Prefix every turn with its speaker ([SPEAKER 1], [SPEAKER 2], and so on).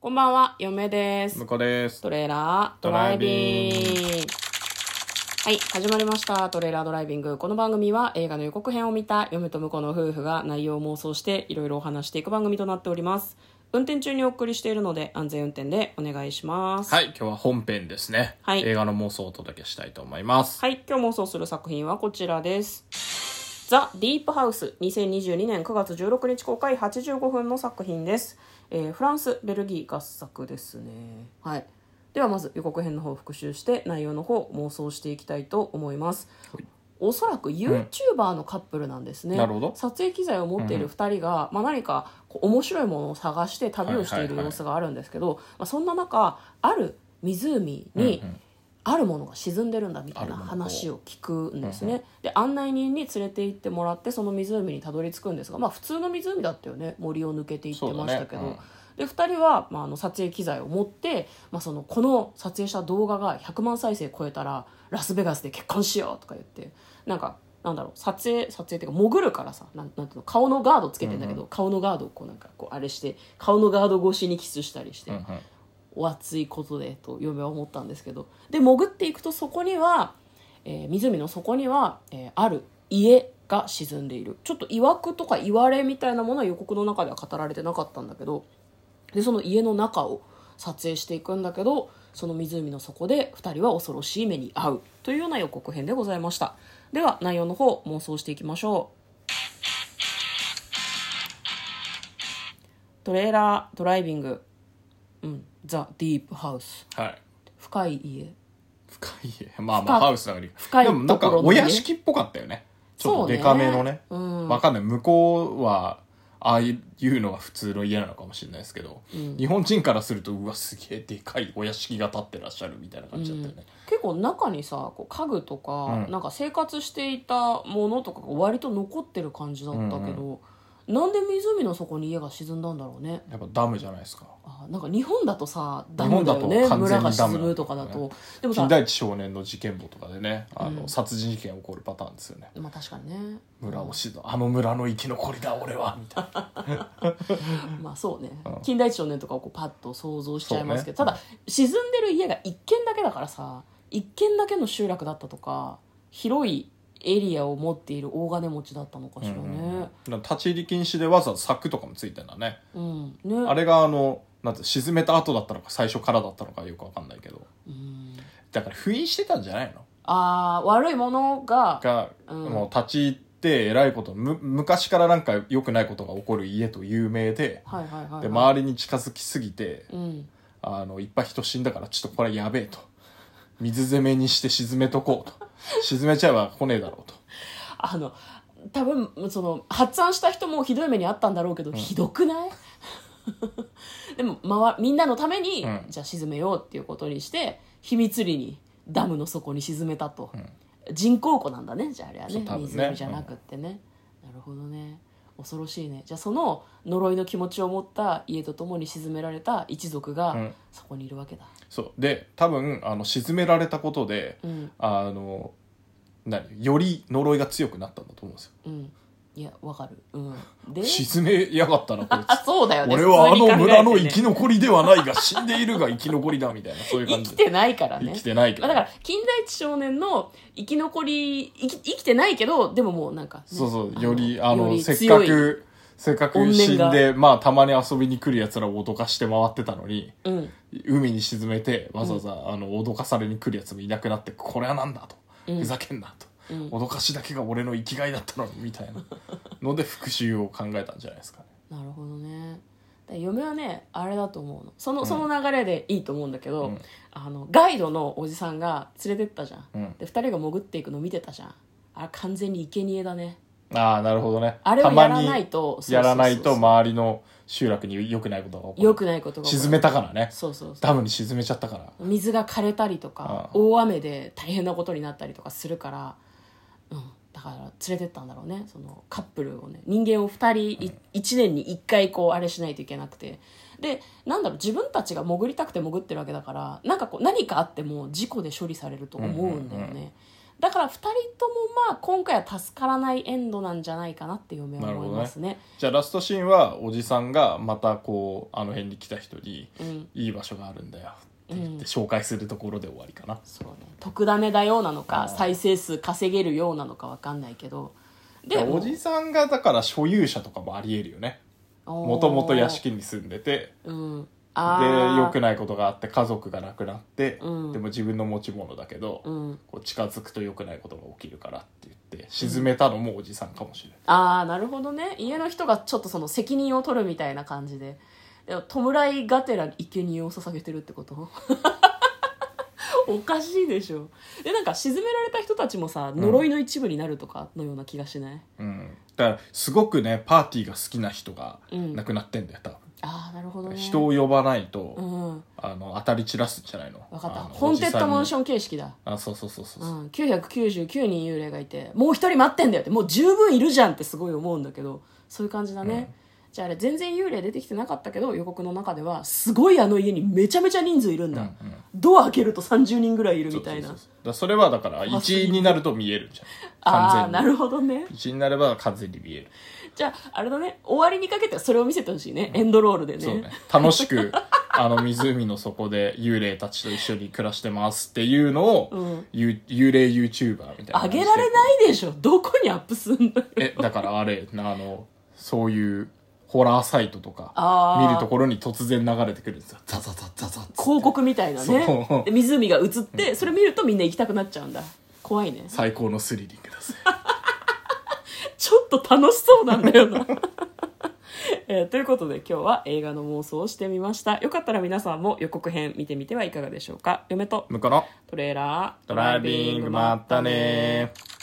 [SPEAKER 1] こんばんは、嫁です
[SPEAKER 2] 向。こうです。
[SPEAKER 1] トレーラードライビング。はい、始まりました。トレーラードライビング。この番組は映画の予告編を見た嫁と婿の夫婦が内容を妄想していろいろお話していく番組となっております。運転中にお送りしているので安全運転でお願いします。
[SPEAKER 2] はい、今日は本編ですね。
[SPEAKER 1] はい
[SPEAKER 2] 映画の妄想をお届けしたいと思います。
[SPEAKER 1] はい、今日妄想する作品はこちらです。ザ・ディープハウス2022年9月16日公開85分の作品です、えーフランス・ベルギー合作ですねはいではまず予告編の方を復習して内容の方を妄想していきたいと思いますおそらく YouTuber のカップルなんですね、
[SPEAKER 2] なるほど
[SPEAKER 1] 撮影機材を持っている2人が、まあ、何かこう面白いものを探して旅をしている様子があるんですけど、まあ、そんな中ある湖にあるものが沈んでるんだみたいな
[SPEAKER 2] あるものこう
[SPEAKER 1] 話をを聞くんですね、で案内人に連れて行ってもらってその湖にたどり着くんですがまあ普通の湖だったよね森を抜けて行ってましたけど、
[SPEAKER 2] そうだね
[SPEAKER 1] で2人は、まあ、あの撮影機材を持って、まあ、そのこの撮影した動画が100万再生超えたらラスベガスで結婚しようとか言ってなんかなんだろう撮影撮影っていうか潜るからさなんなんていうの顔のガードつけてんだけど、顔のガードをこうなんかこうあれして顔のガード越しにキスしたりして、
[SPEAKER 2] うんうん
[SPEAKER 1] お熱いことでと嫁は思ったんですけどで潜っていくとそこには、えー湖の底には、えーある家が沈んでいるちょっといわくとかいわれみたいなものは予告の中では語られてなかったんだけどでその家の中を撮影していくんだけどその湖の底で2人は恐ろしい目に遭うというような予告編でございましたでは内容の方妄想していきましょうトレーラードライビングうんザ・ディープハウス
[SPEAKER 2] はい。
[SPEAKER 1] 深い家
[SPEAKER 2] 深い家。まあまあ、
[SPEAKER 1] 深い
[SPEAKER 2] ハウスだから。
[SPEAKER 1] 深い
[SPEAKER 2] でもなん
[SPEAKER 1] とこ
[SPEAKER 2] か、
[SPEAKER 1] ろの
[SPEAKER 2] お
[SPEAKER 1] 家
[SPEAKER 2] 屋敷っぽかったよね。ちょっ
[SPEAKER 1] そう
[SPEAKER 2] と
[SPEAKER 1] ね
[SPEAKER 2] デカめのね。
[SPEAKER 1] うん
[SPEAKER 2] わかんない。向こうは、ああいうのが普通の家なのかもしれないですけど、日本人からすると、うわ、すげえでかいお屋敷が建ってらっしゃるみたいな感じだったよね。
[SPEAKER 1] 結構中にさこう家具とか、
[SPEAKER 2] うん
[SPEAKER 1] なんか生活していたものとかが割と残ってる感じだったけど、なんで湖の底に家が沈んだんだろうね
[SPEAKER 2] やっぱダムじゃないですか。
[SPEAKER 1] あなんか日本だとさダムだよね
[SPEAKER 2] 日本だ
[SPEAKER 1] 村
[SPEAKER 2] と完全に
[SPEAKER 1] が
[SPEAKER 2] ダム
[SPEAKER 1] 沈むとかだ
[SPEAKER 2] だよ
[SPEAKER 1] とでもさ
[SPEAKER 2] 金田一少年の事件簿とかでね、あの、殺人事件起こるパターンですよね。
[SPEAKER 1] まあ確かにね
[SPEAKER 2] 村をしの、あの村の生き残りだ、俺は、みたいな。
[SPEAKER 1] まあそうね、
[SPEAKER 2] ん
[SPEAKER 1] 近代一少年とかをこうパッと想像しちゃいますけど、
[SPEAKER 2] そ
[SPEAKER 1] た
[SPEAKER 2] うね
[SPEAKER 1] だ沈んでる家が一軒だけだからさ一軒だけの集落だったとか広いエリアを持っている大金持ちだったのかしらね、
[SPEAKER 2] 立ち入り禁止でわざわざ柵とかもついてんだね、
[SPEAKER 1] うんね
[SPEAKER 2] あれがあのなんて沈めた後だったのか最初からだったのかよくわかんないけど
[SPEAKER 1] うん
[SPEAKER 2] だから封印してたんじゃないの
[SPEAKER 1] あー悪いものが
[SPEAKER 2] が、
[SPEAKER 1] うん
[SPEAKER 2] もう立ち入ってえらいことむ昔からなんか良くないことが起こる家と有名で,、
[SPEAKER 1] はいはいはい、はい、
[SPEAKER 2] で周りに近づきすぎて
[SPEAKER 1] うん、
[SPEAKER 2] あのいっぱい人死んだからちょっとこれやべえと水攻めにして沈めとこうと沈めちゃえば来ねえだろうと
[SPEAKER 1] あの多分その発案した人もひどい目にあったんだろうけど、ひどくない でも、まわ、みんなのために、
[SPEAKER 2] うん
[SPEAKER 1] じゃあ沈めようっていうことにして秘密裏にダムの底に沈めたと、人工湖なんだねじゃああれはね
[SPEAKER 2] そう多分ね
[SPEAKER 1] 湖じゃなくってね、なるほどね恐ろしいねじゃあその呪いの気持ちを持った家と共に沈められた一族
[SPEAKER 2] う
[SPEAKER 1] が
[SPEAKER 2] ん
[SPEAKER 1] そこにいるわけだ、
[SPEAKER 2] そうで多分あの沈められたことで、
[SPEAKER 1] うん
[SPEAKER 2] あの何より呪いが強くなったんだと思うんですよ
[SPEAKER 1] うんいやわかるうんで
[SPEAKER 2] 沈めやがったなこい
[SPEAKER 1] あ
[SPEAKER 2] つ
[SPEAKER 1] そうだよね
[SPEAKER 2] 俺はあ
[SPEAKER 1] 普通に考えて
[SPEAKER 2] の
[SPEAKER 1] ね
[SPEAKER 2] 村の生き残りではないが死んでいるが生き残りだみたいなそういう
[SPEAKER 1] 生
[SPEAKER 2] 感
[SPEAKER 1] き
[SPEAKER 2] じ
[SPEAKER 1] てないからね
[SPEAKER 2] 生きてないけ
[SPEAKER 1] ま
[SPEAKER 2] ど
[SPEAKER 1] あ、だから金田一少年の生き残り生き生きてないけどでももうなんかね、
[SPEAKER 2] そうそ
[SPEAKER 1] あの
[SPEAKER 2] うよりあ
[SPEAKER 1] よ
[SPEAKER 2] の
[SPEAKER 1] り
[SPEAKER 2] せっか
[SPEAKER 1] 強い
[SPEAKER 2] くせっか
[SPEAKER 1] 怨
[SPEAKER 2] く死
[SPEAKER 1] 念が
[SPEAKER 2] んでまあたまに遊びに来るやつらを脅かして回ってたのに
[SPEAKER 1] うん
[SPEAKER 2] 海に沈めてわざわざ、あの脅かされに来るやつもいなくなってこれはなんだと、ふざけんな
[SPEAKER 1] う
[SPEAKER 2] と、
[SPEAKER 1] ん
[SPEAKER 2] 脅かしだけが俺の生きがいだったのにみたいなので復讐を考えたんじゃないですかね
[SPEAKER 1] なるほどねだから嫁はねあれだと思うのそのその流れでいいと思うんだけど、
[SPEAKER 2] うん
[SPEAKER 1] あのガイドのおじさんが連れてったじゃん、
[SPEAKER 2] うん
[SPEAKER 1] で2人が潜っていくの見てたじゃんあれ完全に生贄だね
[SPEAKER 2] ああなるほどね
[SPEAKER 1] あれを
[SPEAKER 2] たま
[SPEAKER 1] や
[SPEAKER 2] に
[SPEAKER 1] らないとそうそうそうそう
[SPEAKER 2] やらないと周りの集落に良くないことが起こる
[SPEAKER 1] 良くないことが起こる
[SPEAKER 2] 沈めたからね
[SPEAKER 1] そうそうそう
[SPEAKER 2] ダムに沈めちゃったから
[SPEAKER 1] 水が枯れたりとか
[SPEAKER 2] ああ
[SPEAKER 1] 大雨で大変なことになったりとかするから、うん、だから連れてったんだろうねそのカップルをね人間を2人、1年に1回こうあれしないといけなくてでなんだろう自分たちが潜りたくて潜ってるわけだからなんかこう何かあっても事故で処理されると思うんだよね、
[SPEAKER 2] うんうんう
[SPEAKER 1] だから2人ともまあ今回は助からないエンドなんじゃないかなって嫁は思いますね
[SPEAKER 2] じゃあラストシーンはおじさんがまたこうあの辺に来た人に
[SPEAKER 1] うん
[SPEAKER 2] 「いい場所があるんだよ」って言って紹介するところで終わりかな、
[SPEAKER 1] そうね特ダネだようなの
[SPEAKER 2] あ
[SPEAKER 1] か
[SPEAKER 2] ー
[SPEAKER 1] 再生数稼げるようなのかわかんないけど
[SPEAKER 2] でおじさんがだから所有者とかもありえるよねも
[SPEAKER 1] も
[SPEAKER 2] ともと屋敷に住んでて
[SPEAKER 1] うん
[SPEAKER 2] で
[SPEAKER 1] あ
[SPEAKER 2] 良く
[SPEAKER 1] ない
[SPEAKER 2] ないことがあって家族が亡くなって、
[SPEAKER 1] うん
[SPEAKER 2] でも自分の持ち物だけど、
[SPEAKER 1] うん
[SPEAKER 2] こう近づくと良くないことが起きるからって言って沈めたのもおじさんかもしれない、
[SPEAKER 1] ああなるほどね家の人がちょっとその責任を取るみたいな感じででも弔いがてら生贄を捧げてるってこと おかしいでしょでなんか沈められた人たちもさ呪いの一部になるとかのような気がしない、
[SPEAKER 2] うん、だからすごくねパーティーが好きな人が
[SPEAKER 1] うん
[SPEAKER 2] 亡くなってんだよ多分、
[SPEAKER 1] ああなるほどね
[SPEAKER 2] 人を呼ばないと、
[SPEAKER 1] うん
[SPEAKER 2] あの当たり散らすんじゃないの
[SPEAKER 1] 分かった
[SPEAKER 2] あの
[SPEAKER 1] ホンテッドモンシ
[SPEAKER 2] ョン
[SPEAKER 1] ョン形式だ
[SPEAKER 2] あそうそうそうそう
[SPEAKER 1] う
[SPEAKER 2] そう、
[SPEAKER 1] ん、999人幽霊がいてもう一人待ってんだよってもう十分いるじゃんってすごい思うんだけどそういう感じだね、
[SPEAKER 2] うん
[SPEAKER 1] じゃああれ全然幽霊出てきてなかったけど予告の中ではすごいあの家にめちゃめちゃ人数いるんだ、
[SPEAKER 2] うんうん
[SPEAKER 1] ドア開けると30人ぐらいいるみたい
[SPEAKER 2] そ
[SPEAKER 1] な
[SPEAKER 2] うそうそうだからそれはだから一員になると見えるんじゃん
[SPEAKER 1] ああ
[SPEAKER 2] 完
[SPEAKER 1] な
[SPEAKER 2] 全に
[SPEAKER 1] るほどね
[SPEAKER 2] 一員になれば完全に見える
[SPEAKER 1] じゃああれだね終わりにかけてそれを見せてほしいねエンドロールでね
[SPEAKER 2] そうね。楽しく、 あの、湖の底で幽霊たちと一緒に暮らしてますっていうのを、
[SPEAKER 1] うん
[SPEAKER 2] ゆ幽霊 YouTuber みたいな。
[SPEAKER 1] あげられないでしょどこにアップすん のよ
[SPEAKER 2] え、だからあれ、あの、そういう、ホラーサイトとか
[SPEAKER 1] あ、ー
[SPEAKER 2] 見るところに突然流れてくるんですよ。ザザザザザって
[SPEAKER 1] 広告みたいな
[SPEAKER 2] そ
[SPEAKER 1] ね
[SPEAKER 2] う
[SPEAKER 1] で湖が映ってそれ見るとみんな行きたくなっちゃうんだ怖いね
[SPEAKER 2] 最高のスリリングです。
[SPEAKER 1] ちょっと楽しそうなんだよな、 えーということで今日は映画の妄想をしてみましたよかったら皆さんも予告編見てみてはいかがでしょうか嫁と
[SPEAKER 2] 向こうの
[SPEAKER 1] トレーラー
[SPEAKER 2] ドライビング、まったねー。